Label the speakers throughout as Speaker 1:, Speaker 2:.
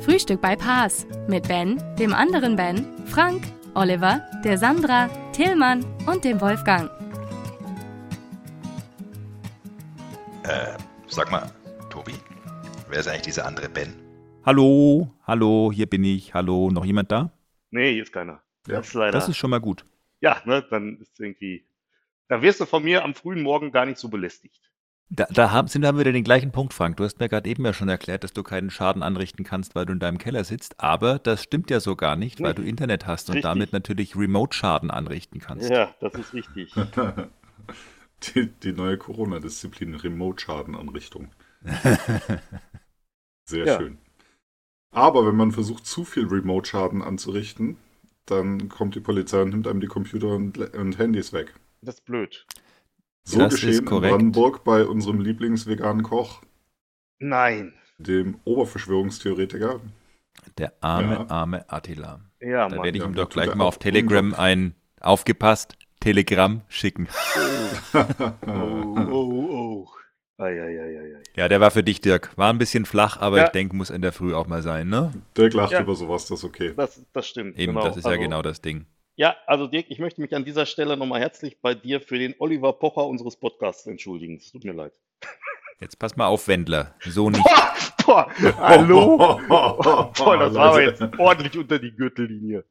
Speaker 1: Frühstück bei Paas mit Ben, dem anderen Ben, Frank, Oliver, der Sandra, Tillmann und dem Wolfgang.
Speaker 2: Äh, sag mal, Tobi, wer ist eigentlich dieser andere Ben?
Speaker 3: Hallo, hallo, hier bin ich. Hallo, noch jemand da?
Speaker 4: Nee, hier ist keiner.
Speaker 5: Ja.
Speaker 4: Das ist leider.
Speaker 3: Das ist schon mal gut.
Speaker 4: ja, ne, dann ist irgendwie. Dann wirst du von mir am frühen Morgen gar nicht so belästigt.
Speaker 3: Da, da haben, sind, haben wir wieder den gleichen Punkt, Frank. Du hast mir gerade eben ja schon erklärt, dass du keinen Schaden anrichten kannst, weil du in deinem Keller sitzt. Aber das stimmt ja so gar nicht, weil du
Speaker 4: Nee.
Speaker 3: Internet hast und
Speaker 4: Richtig.
Speaker 3: damit natürlich Remote-Schaden anrichten kannst.
Speaker 4: Ja, das ist richtig.
Speaker 5: Die, die neue Corona-Disziplin Remote-Schadenanrichtung. Sehr
Speaker 4: Ja.
Speaker 5: schön. Aber wenn man versucht, zu viel Remote-Schaden anzurichten, dann kommt die Polizei und nimmt einem die Computer und, und Handys weg.
Speaker 4: Das ist blöd.
Speaker 5: So
Speaker 3: Das ist
Speaker 5: geschehen in
Speaker 3: korrekt.
Speaker 5: Brandenburg bei unserem Lieblingsveganen Koch,
Speaker 4: Nein.
Speaker 5: dem Oberverschwörungstheoretiker.
Speaker 3: Der arme,
Speaker 5: Ja.
Speaker 3: arme Attila.
Speaker 4: Ja,
Speaker 3: Da
Speaker 4: Mann.
Speaker 3: werde ich
Speaker 5: ja,
Speaker 3: ihm
Speaker 5: da
Speaker 3: doch
Speaker 5: tut
Speaker 3: gleich
Speaker 5: er
Speaker 3: mal
Speaker 5: auch
Speaker 3: auf Telegram ein aufgepasst Telegramm schicken.
Speaker 4: Oh, oh, oh. Ei, ei, ei, ei, ei.
Speaker 3: Ja, der war für dich, Dirk. War ein bisschen flach, aber
Speaker 4: Ja.
Speaker 3: ich denke, muss in der Früh auch mal sein, ne?
Speaker 5: Dirk lacht
Speaker 4: Ja.
Speaker 5: über sowas, das ist okay.
Speaker 4: Das, das stimmt.
Speaker 3: Eben, das ist ja
Speaker 4: Also-
Speaker 3: genau das Ding.
Speaker 4: Ja, also Dirk, ich möchte mich an dieser Stelle nochmal herzlich bei dir für den Oliver Pocher unseres Podcasts entschuldigen. Es tut mir leid.
Speaker 3: Jetzt pass mal auf, Wendler. So nicht.
Speaker 4: Boah, hallo? Boah,
Speaker 5: Boah,
Speaker 4: das war aber jetzt ordentlich unter die Gürtellinie.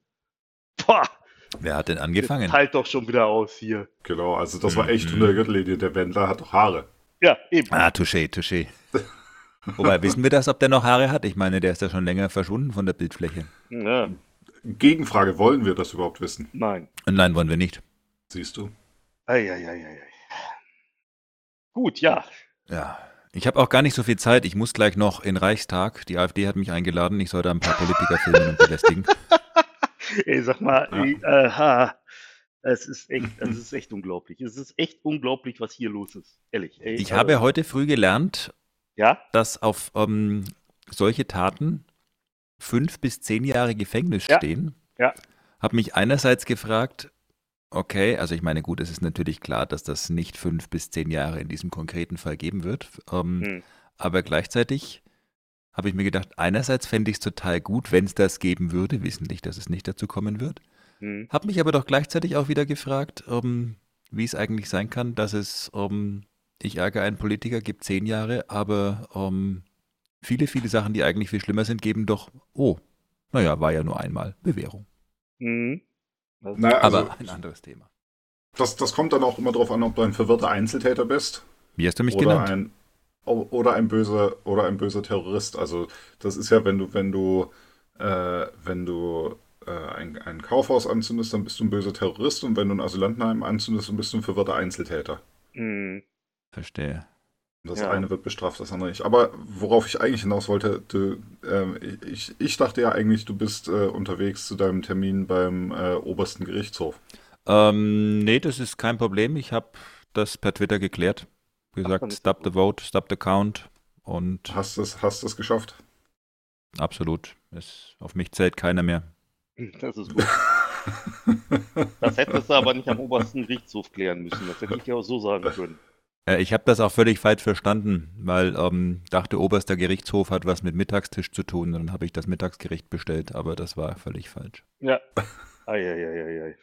Speaker 4: Boah,
Speaker 3: Wer hat denn
Speaker 4: jetzt halt-
Speaker 3: angefangen?
Speaker 4: teilt doch schon wieder aus hier.
Speaker 5: Genau, also das war echt
Speaker 3: Mhm.
Speaker 5: unter der Gürtellinie. Der Wendler hat doch Haare.
Speaker 4: Ja, eben.
Speaker 3: Ah, touché, touché. Wobei, wissen wir das, ob der noch Haare hat? Ich meine, der ist ja schon länger verschwunden von der Bildfläche.
Speaker 4: Ja,
Speaker 5: Gegenfrage, wollen wir das überhaupt wissen?
Speaker 4: nein.
Speaker 3: Und nein, wollen wir nicht.
Speaker 5: Siehst du?
Speaker 4: Eieieiei. Gut, ja.
Speaker 3: Ja. Ich habe auch gar nicht so viel Zeit. Ich muss gleich noch in Reichstag. Die AfD hat mich eingeladen. Ich sollte ein paar Politiker filmen und belästigen.
Speaker 4: Ey, sag mal,
Speaker 5: Ja.
Speaker 4: ey, äh, ha. es ist echt, es ist echt unglaublich. Es ist echt unglaublich, was hier los ist. Ehrlich. Ey,
Speaker 3: Ich
Speaker 4: äh,
Speaker 3: habe heute früh gelernt,
Speaker 4: ja,
Speaker 3: dass auf ähm, solche Taten fünf bis zehn Jahre Gefängnis
Speaker 4: Ja,
Speaker 3: stehen.
Speaker 4: ja.
Speaker 3: Habe mich einerseits gefragt, okay, also ich meine, gut, es ist natürlich klar, dass das nicht fünf bis zehn Jahre in diesem konkreten Fall geben wird. Ähm,
Speaker 4: Hm.
Speaker 3: Aber gleichzeitig habe ich mir gedacht, einerseits fände ich es total gut, wenn es das geben würde, wissentlich, dass es nicht dazu kommen wird.
Speaker 4: hm,
Speaker 3: Habe mich aber doch gleichzeitig auch wieder gefragt, ähm, wie es eigentlich sein kann, dass es, ähm, ich ärgere einen Politiker, gibt zehn Jahre, aber ähm, viele, viele Sachen, die eigentlich viel schlimmer sind, geben doch, oh, naja, war ja nur einmal Bewährung.
Speaker 4: hm. Das-
Speaker 5: Naja, also,
Speaker 3: aber ein anderes Thema.
Speaker 5: das, das kommt dann auch immer drauf an, ob du ein verwirrter Einzeltäter bist
Speaker 3: Wie hast du mich
Speaker 5: oder
Speaker 3: genannt?
Speaker 5: ein, o- oder ein böser oder ein böser Terrorist. Also das ist ja, wenn du, wenn du, äh, wenn du äh, ein, ein Kaufhaus anzündest, dann bist du ein böser Terrorist und wenn du ein Asylantenheim anzündest, dann bist du ein verwirrter Einzeltäter.
Speaker 4: hm.
Speaker 3: Verstehe.
Speaker 5: Das
Speaker 4: Ja.
Speaker 5: eine wird bestraft, das andere nicht. Aber worauf ich eigentlich hinaus wollte, du, ähm, ich, ich dachte ja eigentlich, du bist äh, unterwegs zu deinem Termin beim äh, obersten Gerichtshof.
Speaker 3: Ähm, nee, das ist kein Problem. Ich habe das per Twitter geklärt.
Speaker 4: Ach,
Speaker 3: Gesagt,
Speaker 4: das ist
Speaker 3: stop the vote, stop the count und
Speaker 5: Hast du es hast es geschafft?
Speaker 3: absolut, es, auf mich zählt keiner mehr.
Speaker 4: Das ist gut. Das hättest du aber nicht am obersten Gerichtshof klären müssen. Das hätte ich dir auch so sagen können.
Speaker 3: Äh, Ich habe das auch völlig falsch verstanden, weil ähm, dachte, oberster Gerichtshof hat was mit Mittagstisch zu tun. Dann habe ich das Mittagsgericht bestellt, aber das war völlig falsch.
Speaker 4: Ja. Eieieiei.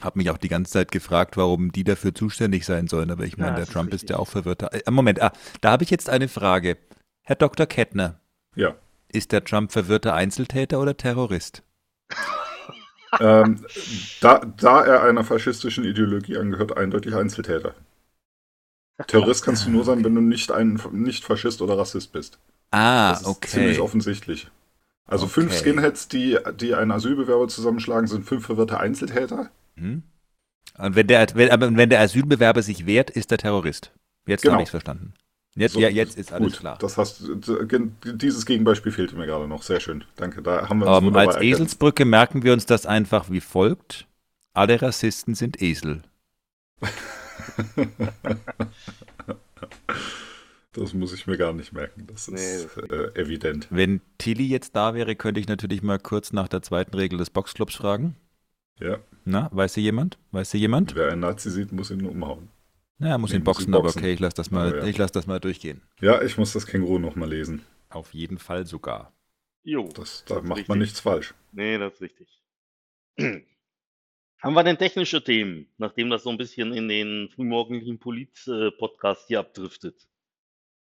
Speaker 3: Habe mich auch die ganze Zeit gefragt, warum die dafür zuständig sein sollen. Aber ich meine,
Speaker 4: Ja,
Speaker 3: der
Speaker 4: das ist
Speaker 3: Trump ist ja
Speaker 4: richtig.
Speaker 3: auch verwirrter. Äh, Moment, ah, da habe ich jetzt eine Frage. Herr Dr. Kettner,
Speaker 5: Ja.
Speaker 3: ist der Trump verwirrter Einzeltäter oder Terrorist?
Speaker 5: ähm, da, da er einer faschistischen Ideologie angehört, eindeutig Einzeltäter. Terrorist kannst du nur sein, wenn du nicht ein nicht Faschist oder Rassist bist.
Speaker 3: Ah,
Speaker 5: das ist
Speaker 3: okay.
Speaker 5: ziemlich offensichtlich. Also
Speaker 3: Okay.
Speaker 5: fünf Skinheads, die, die einen Asylbewerber zusammenschlagen, sind fünf verwirrte Einzeltäter.
Speaker 3: Hm? Und wenn der, wenn, aber wenn der Asylbewerber sich wehrt, ist er Terrorist. Jetzt
Speaker 5: Genau.
Speaker 3: habe ich es verstanden. Jetzt,
Speaker 6: So,
Speaker 3: ja, jetzt ist alles
Speaker 6: Gut,
Speaker 3: klar.
Speaker 6: das hast, dieses Gegenbeispiel fehlte mir gerade noch. Sehr schön. Danke. Da haben wir uns
Speaker 3: Ähm,
Speaker 6: wunderbar
Speaker 3: als
Speaker 6: ergänzt.
Speaker 3: Eselsbrücke merken wir uns das einfach wie folgt. Alle Rassisten sind Esel.
Speaker 6: Das muss ich mir gar nicht merken. Das ist äh, evident.
Speaker 3: Wenn Tilly jetzt da wäre, könnte ich natürlich mal kurz nach der zweiten Regel des Boxclubs fragen.
Speaker 6: Ja.
Speaker 3: Na, weiß sie jemand? Weiß sie jemand?
Speaker 6: Wer einen Nazi sieht, muss ihn umhauen.
Speaker 3: Na, er muss
Speaker 6: Nee,
Speaker 3: ihn
Speaker 6: muss ihn
Speaker 3: boxen, aber
Speaker 6: boxen.
Speaker 3: okay, ich lasse das, mal-
Speaker 6: Aber ja.
Speaker 3: ich lass das mal durchgehen.
Speaker 6: Ja, ich muss das Känguru nochmal lesen.
Speaker 3: Auf jeden Fall sogar.
Speaker 4: Jo.
Speaker 6: Das, da
Speaker 4: Das ist
Speaker 6: macht man
Speaker 4: richtig.
Speaker 6: nichts falsch.
Speaker 4: Nee, das ist richtig. Haben wir denn technische Themen, nachdem das so ein bisschen in den frühmorgendlichen Polit-Podcast hier abdriftet?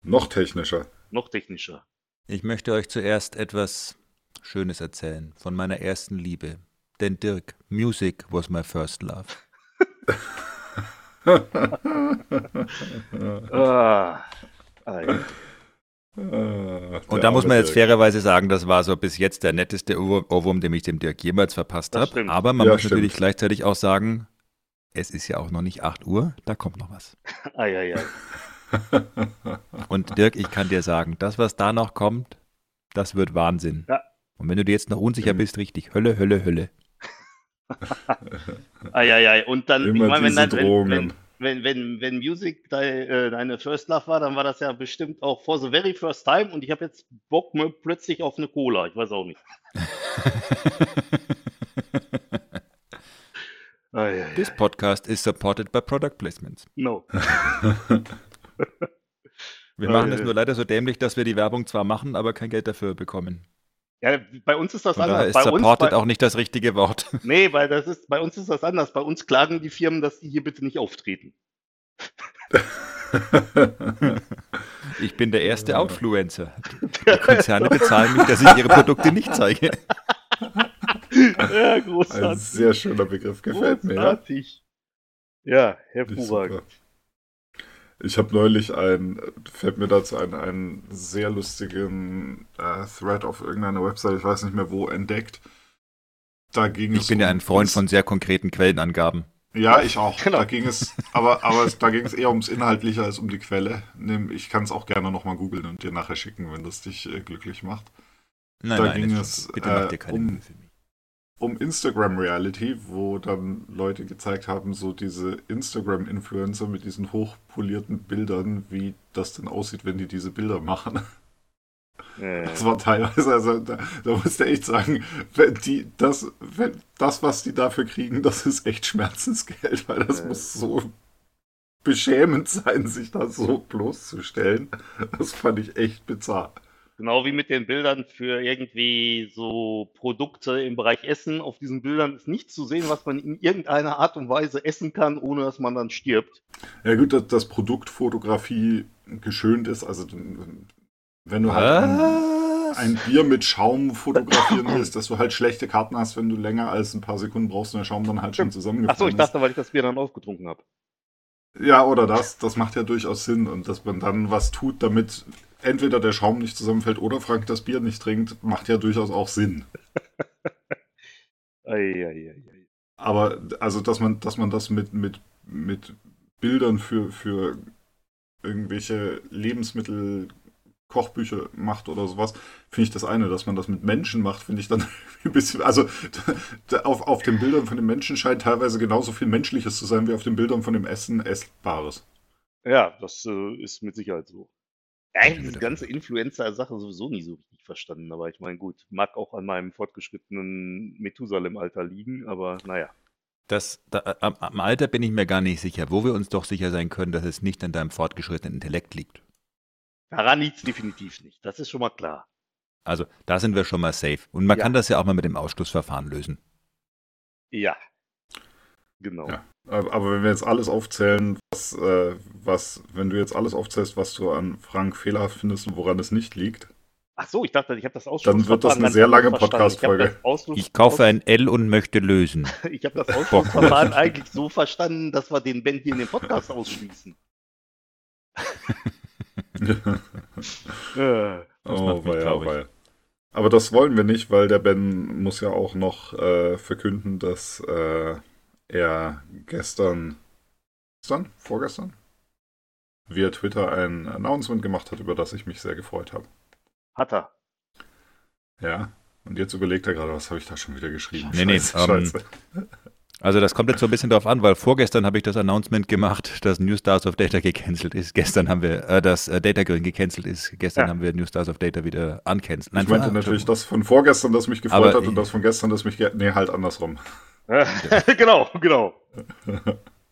Speaker 6: Noch technischer.
Speaker 4: Noch technischer.
Speaker 3: Ich möchte euch zuerst etwas Schönes erzählen von meiner ersten Liebe. Denn Dirk, Music was my first love.
Speaker 4: Ah, ei.
Speaker 3: Und da muss man jetzt fairerweise sagen, das war so bis jetzt der netteste Ohr- Ohrwurm, den ich dem Dirk jemals verpasst
Speaker 4: Das
Speaker 3: habe.
Speaker 4: stimmt.
Speaker 3: Aber man
Speaker 6: Ja,
Speaker 3: muss natürlich
Speaker 6: stimmt.
Speaker 3: gleichzeitig auch sagen, es ist ja auch noch nicht 8 Uhr, da kommt noch was.
Speaker 4: Ei, ei, ei.
Speaker 3: Und Dirk, ich kann dir sagen, das, was da noch kommt, das wird Wahnsinn.
Speaker 4: Ja.
Speaker 3: Und wenn du dir jetzt noch unsicher
Speaker 6: Mhm.
Speaker 3: bist, richtig, Hölle, Hölle, Hölle.
Speaker 4: Ei, ei, ei. Und dann, ich
Speaker 6: Immer
Speaker 4: meine, wenn
Speaker 6: diese
Speaker 4: dann, wenn,
Speaker 6: Drohungen.
Speaker 4: wenn, wenn, wenn, wenn Music dein, äh, deine First Love war, dann war das ja bestimmt auch for the very first time und ich habe jetzt Bock mir plötzlich auf eine Cola. Ich weiß auch nicht. Ei, ei, ei.
Speaker 3: This podcast is supported by Product Placements.
Speaker 4: No.
Speaker 3: Wir
Speaker 4: Äh,
Speaker 3: machen das nur leider so dämlich, dass wir die Werbung zwar machen, aber kein Geld dafür bekommen.
Speaker 4: Ja, bei uns ist das
Speaker 3: Von daher
Speaker 4: anders.
Speaker 3: ist
Speaker 4: bei uns,
Speaker 3: supported
Speaker 4: bei,
Speaker 3: auch nicht das richtige Wort.
Speaker 4: Nee, weil das ist, bei uns ist das anders. Bei uns klagen die Firmen, dass die hier bitte nicht auftreten.
Speaker 3: Ich bin der erste Outfluencer. Die Konzerne bezahlen mich, dass ich ihre Produkte nicht zeige.
Speaker 4: Ja,
Speaker 6: Ein
Speaker 4: großartig.
Speaker 6: sehr schöner Begriff. Also, Gefällt mir. Ja.
Speaker 4: großartig. Ja,
Speaker 6: Finde ich
Speaker 4: hervorragend.
Speaker 6: super. Ich habe neulich ein, fällt mir dazu ein, einen sehr lustigen äh, Thread auf irgendeiner Website, ich weiß nicht mehr wo, entdeckt. Da ging es
Speaker 3: Ich bin ja
Speaker 6: um
Speaker 3: ein Freund
Speaker 6: das-
Speaker 3: von sehr konkreten Quellenangaben.
Speaker 6: Ja, ich auch.
Speaker 4: Genau.
Speaker 6: Da ging es, aber, aber es, da ging es eher ums Inhaltliche als um die Quelle. Nimm- Ich kann es auch gerne nochmal googeln und dir nachher schicken, wenn das dich äh, glücklich macht.
Speaker 3: Nein,
Speaker 6: Da
Speaker 3: nein,
Speaker 6: ging
Speaker 3: ist schon-
Speaker 6: es,
Speaker 3: bitte mach
Speaker 6: äh,
Speaker 3: dir keine
Speaker 6: um-
Speaker 3: Mühe für mich.
Speaker 6: um Instagram Reality, wo dann Leute gezeigt haben, so diese Instagram-Influencer mit diesen hochpolierten Bildern, wie das denn aussieht, wenn die diese Bilder machen.
Speaker 4: Äh,
Speaker 6: Das war teilweise, also da, da musste ich echt sagen, wenn die, das, wenn, das, was die dafür kriegen, das ist echt Schmerzensgeld, weil das
Speaker 4: Äh.
Speaker 6: muss so beschämend sein, sich da so bloßzustellen. Das fand ich echt bizarr.
Speaker 4: Genau wie mit den Bildern für irgendwie so Produkte im Bereich Essen. Auf diesen Bildern ist nicht zu sehen, was man in irgendeiner Art und Weise essen kann, ohne dass man dann stirbt.
Speaker 6: Ja gut, dass, dass Produktfotografie geschönt ist, also wenn du halt ein, ein Bier mit Schaum fotografieren willst, dass du halt schlechte Karten hast, wenn du länger als ein paar Sekunden brauchst und der Schaum dann halt schon
Speaker 4: Achso, ich
Speaker 6: zusammengefallen ist.
Speaker 4: dachte, weil ich das Bier dann aufgetrunken habe.
Speaker 6: Ja, oder das, das macht ja durchaus Sinn und dass man dann was tut, damit entweder der Schaum nicht zusammenfällt oder Frank das Bier nicht trinkt, macht ja durchaus auch Sinn.
Speaker 4: Eieiei.
Speaker 6: Aber also, dass man, dass man das mit, mit, mit Bildern für, für irgendwelche Lebensmittel, Kochbücher macht oder sowas, finde ich das eine. Dass man das mit Menschen macht, finde ich dann ein bisschen. Also da- da auf, auf den Bildern von den Menschen scheint teilweise genauso viel Menschliches zu sein wie auf den Bildern von dem Essen Essbares.
Speaker 4: Ja, das äh, ist mit Sicherheit so. Ja, ich habe diese
Speaker 3: wieder
Speaker 4: ganze Influencer-Sache sowieso nie so richtig verstanden, aber ich meine, gut, mag auch an meinem fortgeschrittenen Methusalem-Alter liegen, aber naja.
Speaker 3: Das, da, äh, am, am Alter bin ich mir gar nicht sicher, wo wir uns doch sicher sein können, dass es nicht an deinem fortgeschrittenen Intellekt liegt.
Speaker 4: Daran liegt's definitiv nicht. Das ist schon mal klar.
Speaker 3: Also da sind wir schon mal safe. Und man
Speaker 4: Ja.
Speaker 3: kann das ja auch mal mit dem Ausschlussverfahren lösen.
Speaker 4: Ja. Genau.
Speaker 6: Ja. Aber aber wenn wir jetzt alles aufzählen, was, äh, was, wenn du jetzt alles aufzählst, was du an Frank fehlerhaft findest und woran es nicht liegt,
Speaker 4: Ach so, ich dachte, ich habe das
Speaker 6: Dann wird das eine
Speaker 4: Ausschlussverfahren ganz
Speaker 6: sehr
Speaker 4: anders
Speaker 6: lange
Speaker 4: verstanden. Ich hab
Speaker 6: Podcast-Folge.
Speaker 4: das Ausschluss-
Speaker 3: Ich kaufe ein L und möchte lösen.
Speaker 4: Ich habe das Ausschlussverfahren eigentlich so verstanden, dass wir den Ben hier in den Podcast ausschließen. Äh,
Speaker 3: Das
Speaker 6: oh,
Speaker 3: macht mich
Speaker 6: weia,
Speaker 3: traurig.
Speaker 6: weia. Aber das wollen wir nicht, weil der Ben muss ja auch noch äh, verkünden, dass äh, er gestern, gestern, vorgestern, via Twitter ein Announcement gemacht hat, über das ich mich sehr gefreut habe.
Speaker 4: Hat er.
Speaker 6: Ja. Und jetzt überlegt er gerade, was habe ich da schon wieder geschrieben?
Speaker 3: Nee, nee, ähm, Also das kommt jetzt so ein bisschen drauf an, weil vorgestern habe ich das Announcement gemacht, dass New Stars of Data gecancelt ist. Gestern haben wir, äh, dass äh, Data Grün gecancelt ist. Gestern
Speaker 4: Ja.
Speaker 3: haben wir New Stars of Data wieder uncancelt.
Speaker 6: ich meinte
Speaker 3: ah,
Speaker 6: natürlich das von vorgestern, das mich gefreut
Speaker 3: Aber
Speaker 6: hat und
Speaker 3: ich-
Speaker 6: das von gestern, das mich... Ge nee, halt andersrum.
Speaker 4: genau, genau.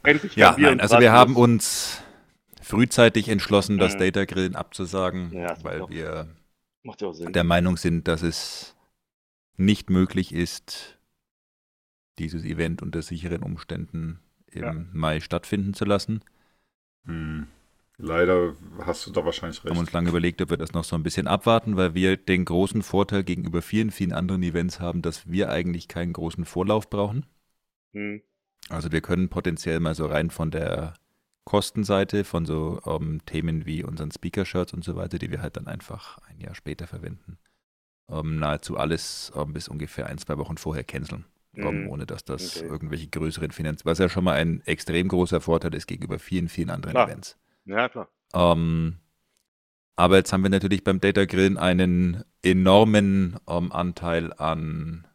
Speaker 4: Endlich
Speaker 3: Ja,
Speaker 4: mal Bier
Speaker 3: nein,
Speaker 4: und
Speaker 3: also wir
Speaker 4: Bratwurst.
Speaker 3: haben uns frühzeitig entschlossen, das
Speaker 4: Mhm.
Speaker 3: Data Grillen abzusagen,
Speaker 4: Ja, das
Speaker 3: weil
Speaker 4: doch.
Speaker 3: wir
Speaker 4: Macht ja auch Sinn.
Speaker 3: der Meinung sind, dass es nicht möglich ist, dieses Event unter sicheren Umständen im
Speaker 4: Ja.
Speaker 3: Mai stattfinden zu lassen.
Speaker 6: Hm. Leider hast du da wahrscheinlich
Speaker 3: Wir haben uns
Speaker 6: recht.
Speaker 3: lange überlegt, ob wir das noch so ein bisschen abwarten, weil wir den großen Vorteil gegenüber vielen, vielen anderen Events haben, dass wir eigentlich keinen großen Vorlauf brauchen.
Speaker 4: Hm.
Speaker 3: Also wir können potenziell mal so rein von der Kostenseite, von so ähm, Themen wie unseren Speaker-Shirts und so weiter, die wir halt dann einfach ein Jahr später verwenden, ähm, nahezu alles ähm, bis ungefähr ein, zwei Wochen vorher canceln. Ähm,
Speaker 4: Mhm.
Speaker 3: Ohne dass das
Speaker 4: Okay.
Speaker 3: irgendwelche größeren Finanz... Was ja schon mal ein extrem großer Vorteil ist gegenüber vielen, vielen anderen
Speaker 4: Klar.
Speaker 3: Events.
Speaker 4: Ja, klar.
Speaker 3: Ähm, aber jetzt haben wir natürlich beim Data Grillen einen enormen ähm, Anteil an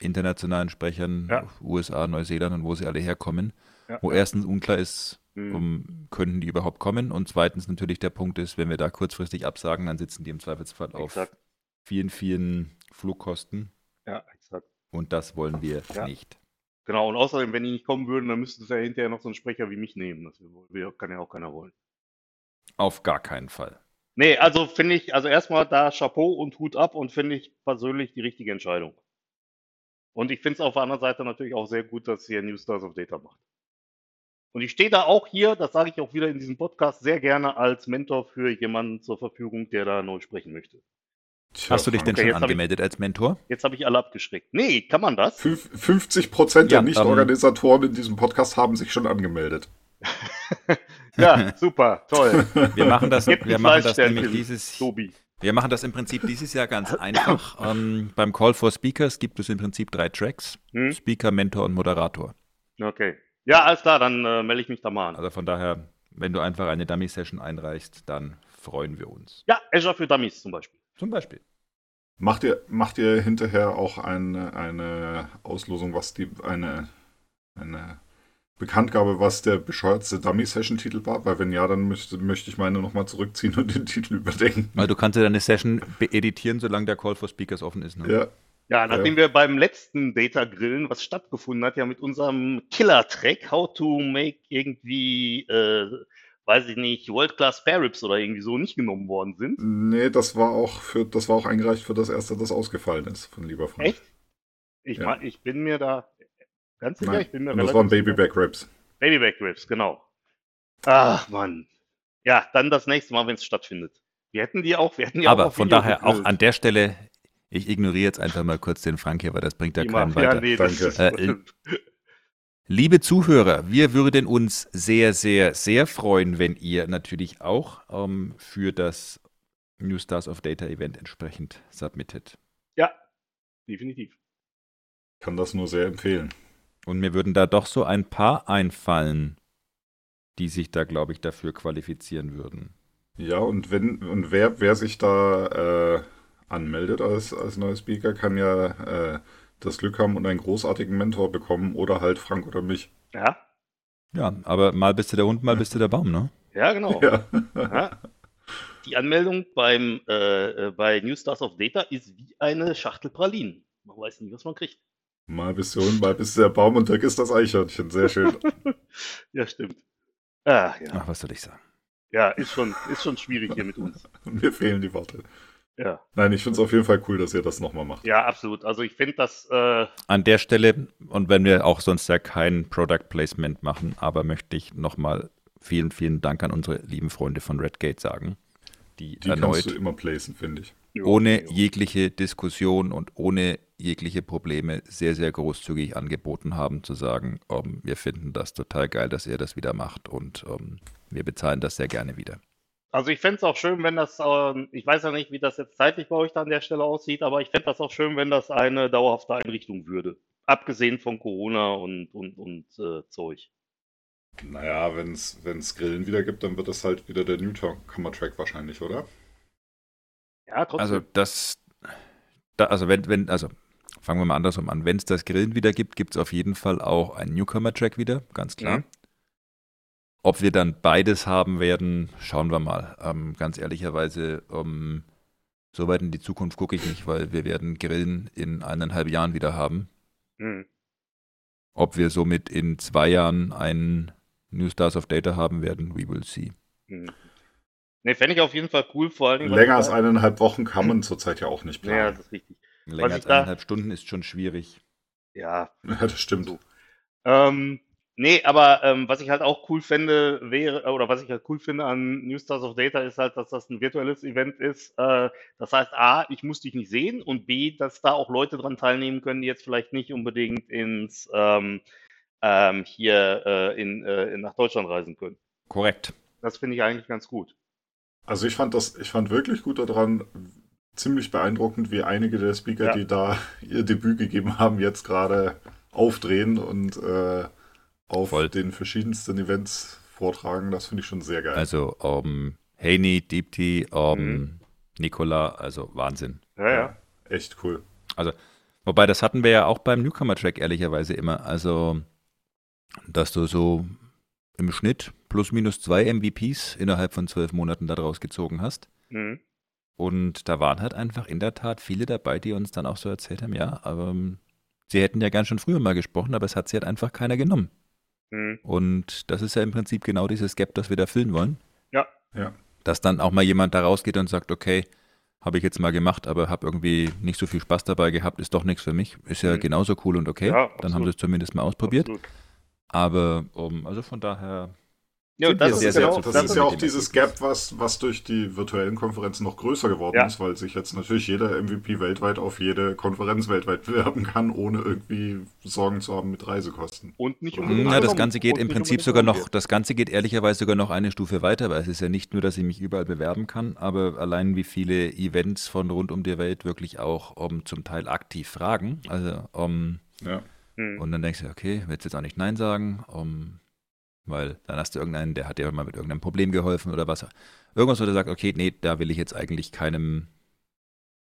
Speaker 3: internationalen Sprechern,
Speaker 4: Ja.
Speaker 3: USA, Neuseeland und wo sie alle herkommen,
Speaker 4: Ja.
Speaker 3: wo erstens unklar ist,
Speaker 4: Hm.
Speaker 3: um, könnten die überhaupt kommen und zweitens natürlich der Punkt ist, wenn wir da kurzfristig absagen, dann sitzen die im Zweifelsfall auf
Speaker 4: Exakt.
Speaker 3: vielen, vielen Flugkosten
Speaker 4: Ja, exakt.
Speaker 3: und das wollen wir
Speaker 4: Ja.
Speaker 3: nicht.
Speaker 4: Genau, und außerdem, wenn die nicht kommen würden, dann müssten sie ja hinterher noch so einen Sprecher wie mich nehmen. Das will- will- kann ja auch keiner wollen.
Speaker 3: Auf gar keinen Fall.
Speaker 4: Nee, also finde ich, also erstmal da Chapeau und Hut ab und finde ich persönlich die richtige Entscheidung. Und ich finde es auf der anderen Seite natürlich auch sehr gut, dass hier New Stars of Data macht. Und ich stehe da auch hier, das sage ich auch wieder in diesem Podcast, sehr gerne als Mentor für jemanden zur Verfügung, der da neu sprechen möchte.
Speaker 6: Tja,
Speaker 3: Hast du dich denn
Speaker 6: Frank.
Speaker 4: Okay,
Speaker 3: schon
Speaker 4: jetzt hab ich-
Speaker 3: angemeldet als Mentor?
Speaker 4: Jetzt habe ich alle abgeschreckt. Nee, kann man das?
Speaker 6: Fünf- 50 Prozent
Speaker 3: Ja, ähm,
Speaker 6: der Nicht-Organisatoren in diesem Podcast haben sich schon angemeldet.
Speaker 4: Ja, super, toll.
Speaker 3: Wir machen das,
Speaker 4: Gib
Speaker 3: wir
Speaker 4: ein
Speaker 3: machen das
Speaker 4: Fleischsternchen,
Speaker 3: nämlich dieses,
Speaker 4: Tobi.
Speaker 3: Wir machen das im Prinzip dieses Jahr ganz einfach. Ähm, beim Call for Speakers gibt es im Prinzip drei Tracks:
Speaker 4: Hm?
Speaker 3: Speaker, Mentor und Moderator.
Speaker 4: Okay. Ja, alles klar, dann äh, melde ich mich da mal an.
Speaker 3: Also von daher, wenn du einfach eine Dummy-Session einreichst, dann freuen wir uns.
Speaker 4: Ja, Azure für Dummies zum Beispiel.
Speaker 3: Zum Beispiel.
Speaker 6: Macht ihr, macht ihr hinterher auch eine, eine Auslosung, was die, eine, eine Bekanntgabe, was der bescheuertste Dummy-Session-Titel war? Weil wenn ja, dann möchte, möchte ich meine nochmal zurückziehen und den Titel überdenken.
Speaker 3: Weil du kannst ja deine Session editieren, solange der Call for Speakers offen ist. Ne?
Speaker 6: Ja,
Speaker 4: Ja, nachdem wir beim letzten Data Grillen, was stattgefunden hat, ja mit unserem Killer-Track, How to Make irgendwie, äh, weiß ich nicht, World Class Spare Ribs oder irgendwie so nicht genommen worden sind.
Speaker 6: nee, das war auch für, das war auch eingereicht für das erste, das ausgefallen ist, von lieber Frank.
Speaker 4: Echt? Ich,
Speaker 6: Ja.
Speaker 4: mein, ich bin mir da ganz sicher,
Speaker 6: Nein.
Speaker 4: ich bin mir
Speaker 6: Und das waren
Speaker 4: sicher.
Speaker 6: Babyback-Raps.
Speaker 4: Babyback Ribs, genau. Ach, Mann. Ja, dann das nächste Mal, wenn es stattfindet. Wir hätten die auch, wir hätten die auch
Speaker 3: Aber
Speaker 4: auf
Speaker 3: von
Speaker 4: Video
Speaker 3: daher auch
Speaker 4: gegrillt.
Speaker 3: an der Stelle, ich ignoriere jetzt einfach mal kurz den Frank hier, weil das bringt ja
Speaker 4: Prima.
Speaker 3: keinen
Speaker 4: Ja,
Speaker 3: weiter.
Speaker 4: nee, das
Speaker 6: Danke.
Speaker 4: ist,
Speaker 3: Äh, in- Liebe Zuhörer, wir würden uns sehr, sehr, sehr freuen, wenn ihr natürlich auch ähm, für das New Stars of Data Event entsprechend submittet.
Speaker 4: ja, definitiv.
Speaker 6: Kann das nur sehr empfehlen.
Speaker 3: Und mir würden da doch so ein paar einfallen, die sich da, glaube ich, dafür qualifizieren würden.
Speaker 6: Ja, und wenn, und wer, wer sich da äh, anmeldet als, als neuer Speaker, kann ja äh, das Glück haben und einen großartigen Mentor bekommen oder halt Frank oder mich.
Speaker 4: Ja,
Speaker 3: Ja, aber mal bist du der Hund, mal bist du der Baum, ne?
Speaker 4: ja, genau.
Speaker 6: Ja.
Speaker 4: Ja. Die Anmeldung beim, äh, äh, bei New Stars of Data ist wie eine Schachtel Pralinen. Man weiß nie, was man kriegt.
Speaker 6: Mal bist du Hund, mal bist du der Baum und weg ist das Eichhörnchen. Sehr schön.
Speaker 4: Ja, stimmt. Ah, ja.
Speaker 3: Ach, was soll ich sagen?
Speaker 4: ja, ist schon, ist schon schwierig hier mit uns.
Speaker 6: Mir fehlen die Worte.
Speaker 4: Ja,
Speaker 6: Nein, ich finde es auf jeden Fall cool, dass ihr das nochmal macht.
Speaker 4: ja absolut. Also ich finde das, äh,
Speaker 3: An der Stelle, und wenn wir auch sonst ja kein Product Placement machen, aber möchte ich nochmal vielen, vielen Dank an unsere lieben Freunde von Redgate sagen, die,
Speaker 6: Die
Speaker 3: erneut
Speaker 6: kannst du immer placen, finde ich.
Speaker 4: jo,
Speaker 3: ohne
Speaker 4: jo.
Speaker 3: jegliche Diskussion und ohne jegliche Probleme sehr, sehr großzügig angeboten haben, zu sagen, ähm, wir finden das total geil, dass ihr das wieder macht und ähm, wir bezahlen das sehr gerne wieder.
Speaker 4: Also ich fände es auch schön, wenn das, ähm, ich weiß ja nicht, wie das jetzt zeitlich bei euch da an der Stelle aussieht, aber ich fände das auch schön, wenn das eine dauerhafte Einrichtung würde. Abgesehen von Corona und, und, und äh, Zeug.
Speaker 6: Naja, wenn es Grillen wieder gibt, dann wird das halt wieder der Newcomer-Track wahrscheinlich, oder?
Speaker 4: Ja, trotzdem.
Speaker 3: Also das, da, also wenn, wenn, also fangen wir mal andersrum an. Wenn es das Grillen wieder gibt, gibt es auf jeden Fall auch einen Newcomer-Track wieder, ganz klar.
Speaker 4: Mhm.
Speaker 3: Ob wir dann beides haben werden, schauen wir mal. Ähm, ganz ehrlicherweise, ähm, so weit in die Zukunft gucke ich nicht, weil wir werden Grillen in eineinhalb Jahren wieder haben.
Speaker 4: Hm.
Speaker 3: Ob wir somit in zwei Jahren einen New Stars of Data haben werden, we will see.
Speaker 4: Hm. Ne, fände ich auf jeden Fall cool, vor allen Dingen. weil-
Speaker 6: Länger als eineinhalb Wochen kann man zurzeit ja auch nicht
Speaker 4: Ja,
Speaker 6: planen.
Speaker 4: das ist richtig.
Speaker 3: Länger
Speaker 4: ich
Speaker 3: als
Speaker 4: da-
Speaker 3: eineinhalb Stunden ist schon schwierig.
Speaker 4: Ja,
Speaker 6: Ja, das stimmt.
Speaker 4: So. Ähm, nee, aber ähm, was ich halt auch cool fände, wäre, oder was ich halt cool finde an New Stars of Data, ist halt, dass das ein virtuelles Event ist. Äh, das heißt, A, ich muss dich nicht sehen und B, dass da auch Leute dran teilnehmen können, die jetzt vielleicht nicht unbedingt ins ähm, ähm, hier äh, in, äh, in, nach Deutschland reisen können.
Speaker 3: Korrekt.
Speaker 4: Das finde ich eigentlich ganz gut.
Speaker 6: Also ich fand das, ich fand wirklich gut daran, ziemlich beeindruckend, wie einige der Speaker,
Speaker 4: Ja.
Speaker 6: die da ihr Debüt gegeben haben, jetzt gerade aufdrehen und äh, auf
Speaker 3: Voll.
Speaker 6: den verschiedensten Events vortragen. Das finde ich schon sehr geil.
Speaker 3: Also ähm, Haney, Deepti, ähm, Nicola, also Wahnsinn.
Speaker 4: Ja, ja.
Speaker 6: Echt cool.
Speaker 3: Wobei, das hatten wir ja auch beim Newcomer-Track ehrlicherweise immer. Also, dass du so im Schnitt plus minus zwei MVPs innerhalb von zwölf Monaten da draus gezogen hast.
Speaker 4: Mhm.
Speaker 3: Und da waren halt einfach in der Tat viele dabei, die uns dann auch so erzählt haben, ja, aber ähm, sie hätten ja gern schon früher mal gesprochen, aber es hat sie halt einfach keiner genommen.
Speaker 4: Mhm.
Speaker 3: Und das ist ja im Prinzip genau dieses Gap, das wir da füllen wollen.
Speaker 4: Ja.
Speaker 6: Ja.
Speaker 3: Dass dann auch mal jemand da rausgeht und sagt, okay, habe ich jetzt mal gemacht, aber habe irgendwie nicht so viel Spaß dabei gehabt, ist doch nichts für mich. Ist ja
Speaker 4: Mhm.
Speaker 3: genauso cool und okay.
Speaker 4: Ja,
Speaker 3: dann
Speaker 4: absolut.
Speaker 3: haben sie es zumindest mal ausprobiert.
Speaker 4: Absolut.
Speaker 3: Aber um, also von daher,
Speaker 4: Ja,
Speaker 3: Sind
Speaker 4: das
Speaker 3: wir
Speaker 4: ist
Speaker 3: sehr,
Speaker 6: ist
Speaker 3: sehr
Speaker 6: ja
Speaker 4: genau,
Speaker 6: auch,
Speaker 3: zufrieden
Speaker 6: das ist ja auch
Speaker 3: mit dem
Speaker 6: dieses
Speaker 3: Ergebnis.
Speaker 6: Gap, was, was durch die virtuellen Konferenzen noch größer geworden
Speaker 4: Ja.
Speaker 6: ist, weil sich jetzt natürlich jeder MVP weltweit auf jede Konferenz weltweit bewerben kann, ohne irgendwie Sorgen zu haben mit Reisekosten.
Speaker 4: und nicht
Speaker 6: Ja,
Speaker 4: unbedingt
Speaker 3: na, das
Speaker 4: angenommen.
Speaker 3: Ganze geht
Speaker 4: Und
Speaker 3: im
Speaker 4: nicht
Speaker 3: Prinzip
Speaker 4: unbedingt
Speaker 3: sogar noch,
Speaker 4: angenommen
Speaker 3: das Ganze geht ehrlicherweise sogar noch eine Stufe weiter, weil es ist ja nicht nur, dass ich mich überall bewerben kann, aber allein wie viele Events von rund um die Welt wirklich auch um, zum Teil aktiv fragen. Also, um,
Speaker 6: Ja.
Speaker 4: wird. Mhm.
Speaker 3: Und dann denkst du, okay, willst jetzt auch nicht Nein sagen, um, weil dann hast du irgendeinen, der hat dir mal mit irgendeinem Problem geholfen oder was. Irgendwas, wo du sagst, okay, nee, da will ich jetzt eigentlich keinem,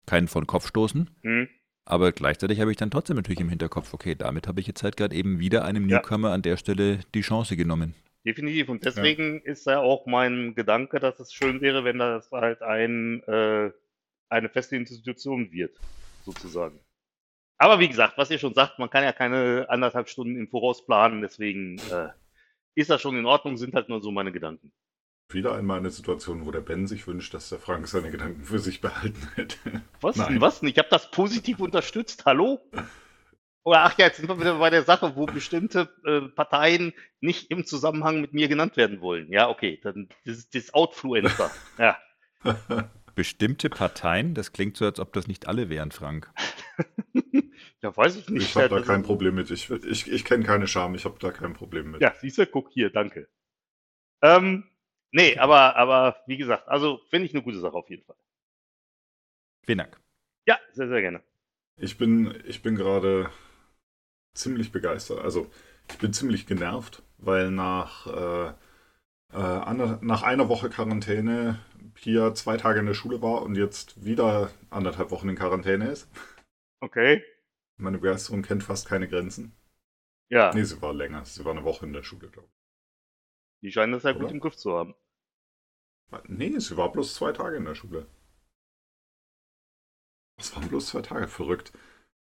Speaker 3: keinen von Kopf stoßen.
Speaker 4: Mhm.
Speaker 3: Aber gleichzeitig habe ich dann trotzdem natürlich im Hinterkopf, okay, damit habe ich jetzt halt gerade eben wieder einem
Speaker 4: Ja.
Speaker 3: Newcomer an der Stelle die Chance genommen.
Speaker 4: Definitiv. Und deswegen ist ja auch mein Gedanke, dass es schön wäre, wenn das halt ein, äh, eine feste Institution wird, sozusagen. Aber wie gesagt, was ihr schon sagt, man kann ja keine anderthalb Stunden im Voraus planen, deswegen äh, ist das schon in Ordnung, sind halt nur so meine Gedanken.
Speaker 6: Wieder einmal eine Situation, wo der Ben sich wünscht, dass der Frank seine Gedanken für sich behalten hätte.
Speaker 4: Was
Speaker 6: Nein.
Speaker 4: denn, was denn? Ich habe das positiv unterstützt, hallo? Oder ach ja, jetzt sind wir wieder bei der Sache, wo bestimmte äh, Parteien nicht im Zusammenhang mit mir genannt werden wollen. Ja, okay, dann das ist das Outfluencer. Ja.
Speaker 3: Bestimmte Parteien, das klingt so, als ob das nicht alle wären, Frank.
Speaker 4: Ja, weiß ich nicht. Also,
Speaker 6: Ich habe da
Speaker 4: Das
Speaker 6: kein
Speaker 4: ist-
Speaker 6: Problem mit. Ich, ich, ich kenne keine Scham, ich habe da kein Problem mit.
Speaker 4: Ja, siehst du, guck hier, danke. Ähm, nee, aber, aber wie gesagt, also finde ich eine gute Sache auf jeden Fall.
Speaker 3: Vielen Dank.
Speaker 4: Ja, sehr, sehr gerne.
Speaker 6: Ich bin, ich bin gerade ziemlich begeistert. Also, ich bin ziemlich genervt, weil nach, äh, äh, ander, nach einer Woche Quarantäne Pia zwei Tage in der Schule war und jetzt wieder anderthalb Wochen in Quarantäne ist.
Speaker 4: Okay.
Speaker 6: Meine Begeisterung kennt fast keine Grenzen.
Speaker 4: Ja,
Speaker 6: Nee, sie war länger. Sie war eine Woche in der Schule, glaube
Speaker 4: die scheinen das ja gut
Speaker 6: Oder?
Speaker 4: im Griff zu haben.
Speaker 6: ich. Nee, sie war bloß zwei Tage in der Schule. Es waren bloß zwei Tage. Verrückt.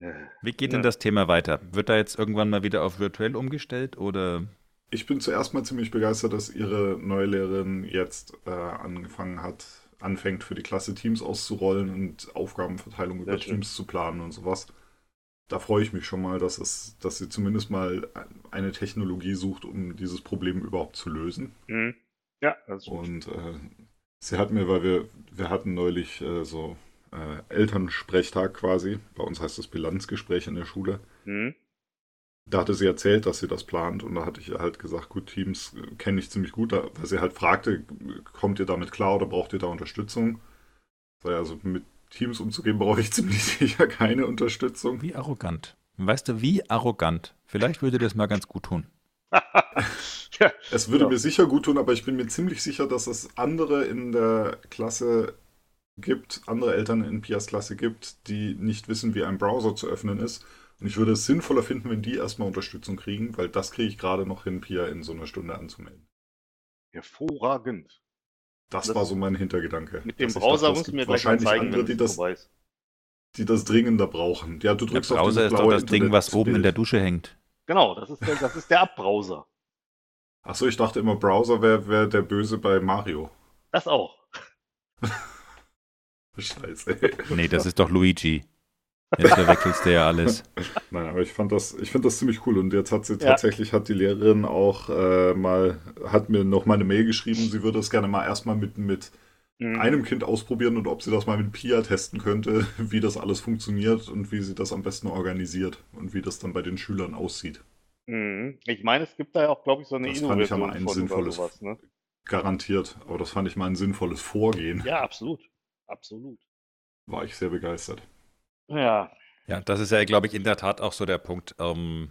Speaker 4: Äh,
Speaker 3: Wie geht
Speaker 4: Ja.
Speaker 3: denn das Thema weiter? Wird da jetzt irgendwann mal wieder auf virtuell umgestellt oder
Speaker 6: Ich bin zuerst mal ziemlich begeistert, dass ihre neue Lehrerin jetzt äh, angefangen hat, anfängt für die Klasse Teams auszurollen und Aufgabenverteilung über
Speaker 4: Sehr schön.
Speaker 6: Teams zu planen und sowas. Da freue ich mich schon mal, dass, es, dass sie zumindest mal eine Technologie sucht, um dieses Problem überhaupt zu lösen.
Speaker 4: mhm. Ja, das ist gut.
Speaker 6: Und äh, sie hat mir, weil wir, wir hatten neulich äh, so äh, Elternsprechtag quasi, bei uns heißt das Bilanzgespräch in der Schule.
Speaker 4: Mhm.
Speaker 6: Da hatte sie erzählt, dass sie das plant und da hatte ich ihr halt gesagt, gut, Teams äh, kenne ich ziemlich gut, da- weil sie halt fragte, kommt ihr damit klar oder braucht ihr da Unterstützung? Sei Also mit Teams umzugehen, brauche ich ziemlich sicher keine Unterstützung.
Speaker 3: wie arrogant? Weißt du, wie arrogant? Vielleicht würde das mal ganz gut tun.
Speaker 6: Es würde
Speaker 4: Ja. Genau.
Speaker 6: mir sicher gut tun, aber ich bin mir ziemlich sicher, dass es andere in der Klasse gibt, andere Eltern in Pias Klasse gibt, die nicht wissen, wie ein Browser zu öffnen ist. Und ich würde es sinnvoller finden, wenn die erstmal Unterstützung kriegen, weil das kriege ich gerade noch hin, Pia in so einer Stunde anzumelden.
Speaker 4: Hervorragend.
Speaker 6: Das,
Speaker 4: Das-
Speaker 6: war so mein Hintergedanke.
Speaker 4: Mit dem
Speaker 6: Dass ich
Speaker 4: Browser
Speaker 6: dachte, es
Speaker 4: musst du
Speaker 6: gibt
Speaker 4: mir gleich mal
Speaker 6: wahrscheinlich
Speaker 4: zeigen,
Speaker 6: andere,
Speaker 4: wenn
Speaker 6: die
Speaker 4: es
Speaker 6: das,
Speaker 4: vorbei ist.
Speaker 6: die das dringender brauchen. Ja, du
Speaker 3: Der
Speaker 6: drückst auf
Speaker 3: Browser
Speaker 6: dieses
Speaker 3: ist doch
Speaker 6: blaue
Speaker 3: das Ding, was oben in der
Speaker 6: Internetbild.
Speaker 3: Dusche hängt.
Speaker 4: Genau, das ist der, das ist der Abbrowser.
Speaker 6: Achso, ich dachte immer, Browser wäre wär der Böse bei Mario.
Speaker 4: Das auch.
Speaker 6: Scheiße.
Speaker 3: Nee, das ist doch Luigi. Jetzt verwechselst du ja alles.
Speaker 6: Nein, aber ich fand das, ich finde das ziemlich cool. Und jetzt hat sie
Speaker 4: Ja.
Speaker 6: tatsächlich, hat die Lehrerin auch äh, mal, hat mir noch mal eine Mail geschrieben, sie würde es gerne mal erstmal mit, mit
Speaker 4: Mhm.
Speaker 6: einem Kind ausprobieren und ob sie das mal mit Pia testen könnte, wie das alles funktioniert und wie sie das am besten organisiert und wie das dann bei den Schülern aussieht.
Speaker 4: Mhm. Ich meine, es gibt da ja auch, glaube ich, so eine
Speaker 6: Das fand ich aber ein
Speaker 4: von oder
Speaker 6: sinnvolles-
Speaker 4: sowas. Ne?
Speaker 6: Garantiert. Aber das fand ich mal ein sinnvolles Vorgehen.
Speaker 4: Ja, absolut. Absolut.
Speaker 6: War ich sehr begeistert.
Speaker 4: Ja.
Speaker 3: Ja, das ist ja, glaube ich, in der Tat auch so der Punkt. Ähm,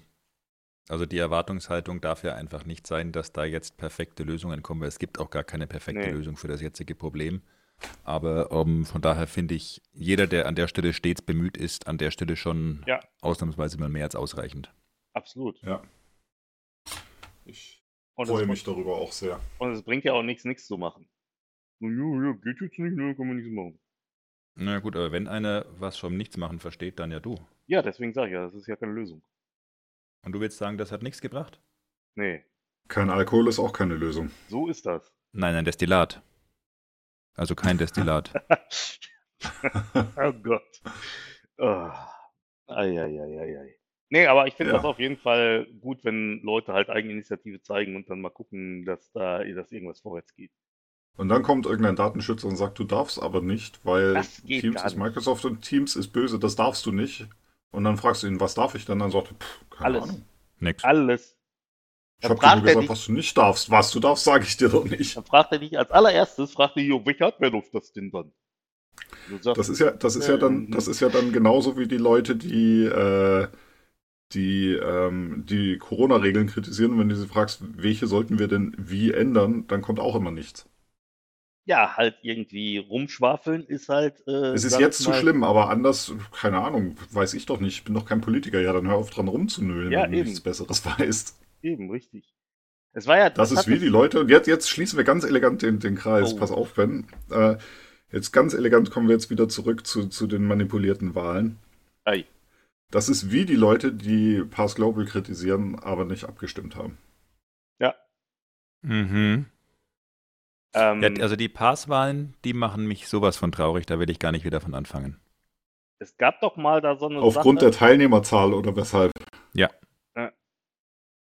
Speaker 3: also die Erwartungshaltung darf ja einfach nicht sein, dass da jetzt perfekte Lösungen kommen, weil es gibt auch gar keine perfekte
Speaker 4: Nee.
Speaker 3: Lösung für das jetzige Problem. Aber ähm, von daher finde ich, jeder, der an der Stelle stets bemüht ist, an der Stelle schon
Speaker 4: Ja.
Speaker 3: ausnahmsweise mal mehr als ausreichend.
Speaker 4: Absolut.
Speaker 6: Ich
Speaker 4: Und
Speaker 6: freue
Speaker 4: es,
Speaker 6: mich darüber auch sehr.
Speaker 4: und es bringt ja auch nichts, nichts zu machen. So, Ja, ja, geht jetzt nicht, ne, kann man nichts machen.
Speaker 3: Na gut, aber wenn einer was vom Nichtsmachen versteht, dann ja du.
Speaker 4: Ja, deswegen sage ich ja, das ist ja keine Lösung.
Speaker 3: Und du willst sagen, das hat nichts gebracht?
Speaker 4: Nee,
Speaker 6: Kein Alkohol ist auch keine Lösung.
Speaker 4: so ist das.
Speaker 3: Nein, ein Destillat. Also kein Destillat.
Speaker 4: oh Gott. Ah. Eieieiei. Nee, aber ich finde
Speaker 6: Ja.
Speaker 4: das auf jeden Fall gut, wenn Leute halt Eigeninitiative zeigen und dann mal gucken, dass da dass irgendwas vorwärts geht.
Speaker 6: Und dann kommt irgendein Datenschützer und sagt, du darfst aber nicht, weil
Speaker 4: Das geht
Speaker 6: Teams
Speaker 4: gar
Speaker 6: ist
Speaker 4: nicht.
Speaker 6: Microsoft und Teams ist böse, das darfst du nicht. Und dann fragst du ihn, was darf ich denn? Dann sagt er, pff, keine
Speaker 4: Alles.
Speaker 6: Ahnung.
Speaker 3: Nix.
Speaker 4: Alles.
Speaker 6: Ich
Speaker 4: Dann
Speaker 6: habe dir
Speaker 4: fragt
Speaker 6: nur
Speaker 4: er
Speaker 6: gesagt,
Speaker 4: dich-
Speaker 6: was du nicht darfst. Was du darfst, sage ich dir doch nicht.
Speaker 4: Dann fragt er dich als allererstes, fragt er, jo, welche Hardware läuft das denn dann? Du sagst,
Speaker 6: Das ist ja, das ist ja dann,
Speaker 4: Ähm.
Speaker 6: das ist ja dann genauso wie die Leute, die äh, die ähm, die Corona-Regeln kritisieren. Und wenn du sie fragst, welche sollten wir denn wie ändern, dann kommt auch immer nichts.
Speaker 4: ja, halt irgendwie rumschwafeln ist halt. Äh,
Speaker 6: Es ist
Speaker 4: sag ich
Speaker 6: jetzt zu
Speaker 4: mal-
Speaker 6: schlimm, aber anders, keine Ahnung, weiß ich doch nicht. Ich bin doch kein Politiker. Ja, dann hör auf dran rumzunölen,
Speaker 4: Ja,
Speaker 6: wenn du
Speaker 4: eben.
Speaker 6: nichts Besseres weißt.
Speaker 4: Eben, richtig. Es war ja.
Speaker 6: Das ist
Speaker 4: hat
Speaker 6: wie
Speaker 4: mich-
Speaker 6: die Leute. Und jetzt, jetzt schließen wir ganz elegant den, den Kreis.
Speaker 4: Oh.
Speaker 6: Pass auf, Ben. Äh, jetzt ganz elegant kommen wir jetzt wieder zurück zu, zu den manipulierten Wahlen.
Speaker 4: Ei.
Speaker 6: Das ist wie die Leute, die Pass Global kritisieren, aber nicht abgestimmt haben.
Speaker 3: Mhm.
Speaker 4: Ähm,
Speaker 3: Ja, also die Passwahlen, die machen mich sowas von traurig, da will ich gar nicht wieder von anfangen.
Speaker 4: es gab doch mal da so eine
Speaker 6: Aufgrund
Speaker 4: Sache.
Speaker 6: der Teilnehmerzahl oder weshalb?
Speaker 3: Ja.
Speaker 4: Ja.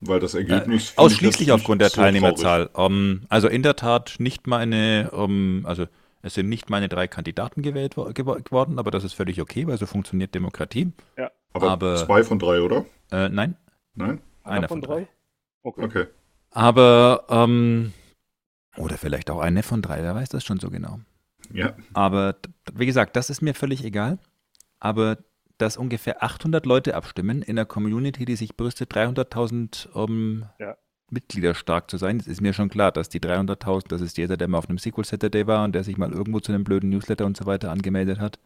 Speaker 6: Weil das Ergebnis. finde ich
Speaker 3: Ausschließlich
Speaker 6: jetzt nicht
Speaker 3: aufgrund der
Speaker 6: so traurig.
Speaker 3: Teilnehmerzahl. Ähm, also in der Tat nicht meine, ähm, also es sind nicht meine drei Kandidaten gewählt wo gewo- geworden, aber das ist völlig okay, weil so funktioniert Demokratie.
Speaker 6: Aber,
Speaker 3: aber-
Speaker 6: zwei von drei, oder?
Speaker 3: Äh, nein,
Speaker 6: Nein?
Speaker 3: einer von drei.
Speaker 4: Okay.
Speaker 6: Okay.
Speaker 3: Aber, ähm, oder vielleicht auch eine von drei, wer weiß das schon so genau.
Speaker 6: Ja.
Speaker 3: Aber d- d- wie gesagt, das ist mir völlig egal. Aber dass ungefähr 800 Leute abstimmen in einer Community, die sich brüstet, 300.000 ähm,
Speaker 4: Ja.
Speaker 3: Mitglieder stark zu sein, das ist mir schon klar, dass die 300.000, das ist jeder, der mal auf einem SQL Saturday war und der sich mal irgendwo zu einem blöden Newsletter und so weiter angemeldet hat.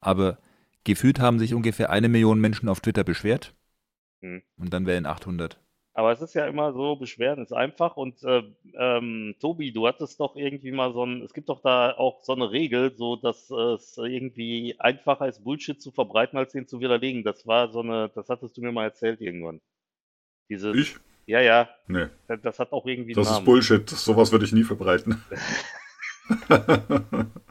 Speaker 3: Aber gefühlt haben sich ungefähr eine Million Menschen auf Twitter beschwert.
Speaker 4: Mhm.
Speaker 3: Und dann wählen 800.
Speaker 4: Aber es ist ja immer so, Beschwerden ist einfach. Und äh, ähm, Tobi, du hattest doch irgendwie mal so ein, es gibt doch da auch so eine Regel, so dass äh, es irgendwie einfacher ist, Bullshit zu verbreiten, als den zu widerlegen. Das war so eine, das hattest du mir mal erzählt irgendwann. Dieses,
Speaker 6: Ich?
Speaker 4: ja, ja,
Speaker 6: Nee.
Speaker 4: das, das hat auch irgendwie einen
Speaker 6: Das ist
Speaker 4: Namen.
Speaker 6: Bullshit. Sowas würde ich nie verbreiten.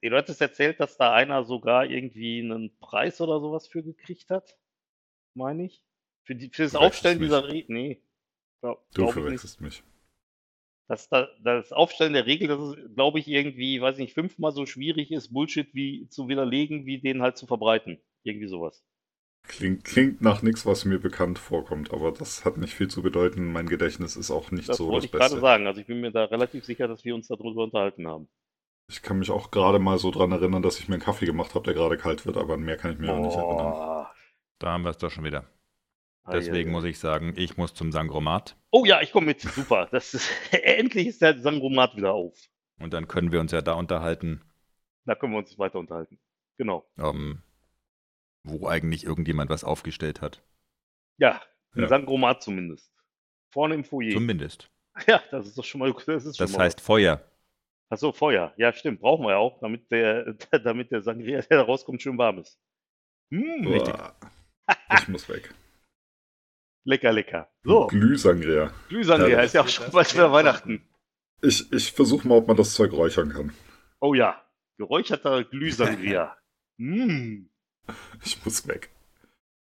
Speaker 4: Du hattest erzählt, dass da einer sogar irgendwie einen Preis oder sowas für gekriegt hat, meine ich. Für, die, für das
Speaker 6: Du weißt es
Speaker 4: Aufstellen
Speaker 6: nicht.
Speaker 4: dieser Regel, nee, glaub,
Speaker 6: Du
Speaker 4: glaub ich nicht.
Speaker 6: verwechselst mich.
Speaker 4: Das, das, das Aufstellen der Regel, das ist, glaube ich, irgendwie, weiß nicht, fünfmal so schwierig ist, Bullshit wie zu widerlegen, wie den halt zu verbreiten. Irgendwie sowas.
Speaker 6: Klingt, klingt nach nichts, was mir bekannt vorkommt, aber das hat nicht viel zu bedeuten. Mein Gedächtnis ist auch nicht
Speaker 4: Das
Speaker 6: so das
Speaker 4: wollte ich gerade
Speaker 6: Beste.
Speaker 4: sagen. Also ich bin mir da relativ sicher, dass wir uns darüber unterhalten haben.
Speaker 6: Ich kann mich auch gerade mal so dran erinnern, dass ich mir einen Kaffee gemacht habe, der gerade kalt wird, aber an mehr kann ich mir auch nicht erinnern.
Speaker 4: Boah.
Speaker 3: Da haben wir es doch schon wieder. Deswegen muss ich sagen, ich muss zum Sangromat.
Speaker 4: Oh ja, ich komme mit. Super. Das ist, endlich ist der Sangromat wieder auf.
Speaker 3: Und dann können wir uns ja da unterhalten,
Speaker 4: Da können wir uns weiter unterhalten. Genau.
Speaker 3: ähm, wo eigentlich irgendjemand was aufgestellt hat.
Speaker 4: Ja, ein
Speaker 6: Ja.
Speaker 4: Sangromat zumindest. Vorne im Foyer.
Speaker 3: Zumindest.
Speaker 4: ja, das ist doch schon mal. Das, ist schon
Speaker 3: Das
Speaker 4: mal
Speaker 3: heißt Feuer.
Speaker 4: Achso, Feuer. Ja, stimmt. Brauchen wir ja auch, damit der, damit der Sangria, der da rauskommt, schön warm ist. Hm, richtig.
Speaker 6: Boah. Ich muss weg.
Speaker 4: Lecker, lecker. So,
Speaker 6: Glühsangria.
Speaker 4: Glühsangria
Speaker 6: Ja,
Speaker 4: ist ja auch schon bald wieder Weihnachten.
Speaker 6: Ich, ich versuche mal, ob man das Zeug räuchern kann.
Speaker 4: Oh ja, geräucherter Glühsangria. Hm.
Speaker 6: Ich muss weg.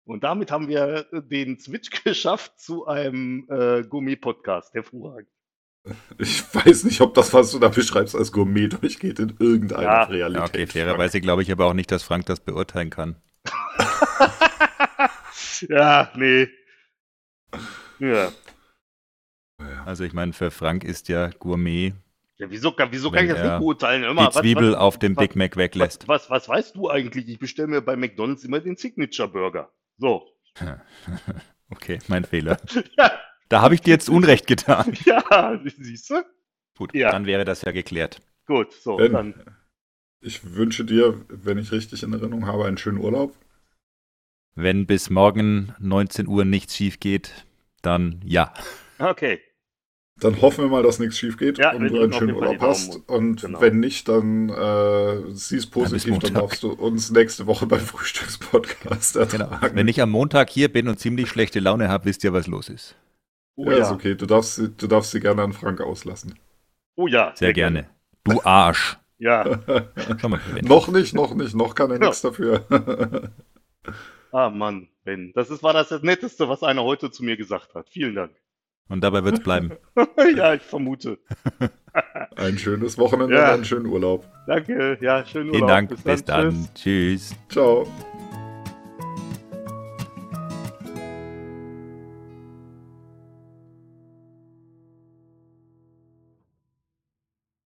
Speaker 4: Und damit haben wir den Switch geschafft zu einem äh, Gourmet-Podcast. Hervorragend.
Speaker 6: Ich weiß nicht, ob das, was du da beschreibst, als Gourmet durchgeht in irgendeiner
Speaker 4: Ja.
Speaker 6: Realität.
Speaker 3: Ja, okay, fairerweise glaube ich aber auch nicht, dass Frank das beurteilen kann.
Speaker 4: ja, nee. Ja.
Speaker 3: Also ich meine, für Frank ist ja Gourmet
Speaker 4: ja wieso, kann- wieso kann
Speaker 3: Wenn
Speaker 4: ich das
Speaker 3: er
Speaker 4: nicht beurteilen? Hör mal,
Speaker 3: die Zwiebel
Speaker 4: was, was,
Speaker 3: auf dem
Speaker 4: was-
Speaker 3: Big Mac weglässt.
Speaker 4: Was, was, was weißt du eigentlich? Ich bestelle mir bei McDonalds immer den Signature Burger. So.
Speaker 3: Okay, mein Fehler.
Speaker 4: Ja,
Speaker 3: Da habe ich dir jetzt Unrecht getan.
Speaker 4: ja siehst du?
Speaker 3: Gut,
Speaker 4: Ja.
Speaker 3: dann wäre das ja geklärt.
Speaker 4: Gut, so,
Speaker 6: Ben.
Speaker 4: dann.
Speaker 6: Ich wünsche dir, wenn ich richtig in Erinnerung habe, einen schönen Urlaub.
Speaker 3: Wenn bis morgen 19 Uhr nichts schief geht, dann ja.
Speaker 4: Okay.
Speaker 6: Dann hoffen wir mal, dass nichts schief geht
Speaker 4: Ja,
Speaker 6: und
Speaker 4: wir
Speaker 6: du
Speaker 4: drücken
Speaker 6: einen
Speaker 4: auf
Speaker 6: schönen
Speaker 4: jeden Fall die
Speaker 6: Urlaub hast. Und
Speaker 4: Genau.
Speaker 6: wenn nicht, dann äh, sieh's positiv, dann
Speaker 3: Montag.
Speaker 6: darfst du uns nächste Woche beim Frühstückspodcast
Speaker 3: Genau.
Speaker 6: ertragen.
Speaker 3: Wenn ich am Montag hier bin und ziemlich schlechte Laune habe, wisst ihr, was los ist.
Speaker 4: Oh
Speaker 6: ja,
Speaker 4: ja.
Speaker 6: ist okay. Du darfst, sie- du darfst sie gerne an Frank auslassen.
Speaker 4: Oh ja.
Speaker 3: Sehr gerne. Du Arsch.
Speaker 4: Ja.
Speaker 3: Schau mal, Ben.
Speaker 6: noch nicht, noch nicht, noch kann er
Speaker 4: Ja.
Speaker 6: nichts dafür.
Speaker 4: Ah, Mann, Ben. Das ist, war das, das Netteste, was einer heute zu mir gesagt hat. Vielen Dank.
Speaker 3: Und dabei wird es bleiben.
Speaker 4: ja, ich vermute.
Speaker 6: Ein schönes Wochenende
Speaker 4: Ja.
Speaker 6: und einen schönen Urlaub.
Speaker 4: Danke. Ja, schönen Urlaub.
Speaker 3: Vielen Dank. Bis dann. Tschüss.
Speaker 6: Ciao.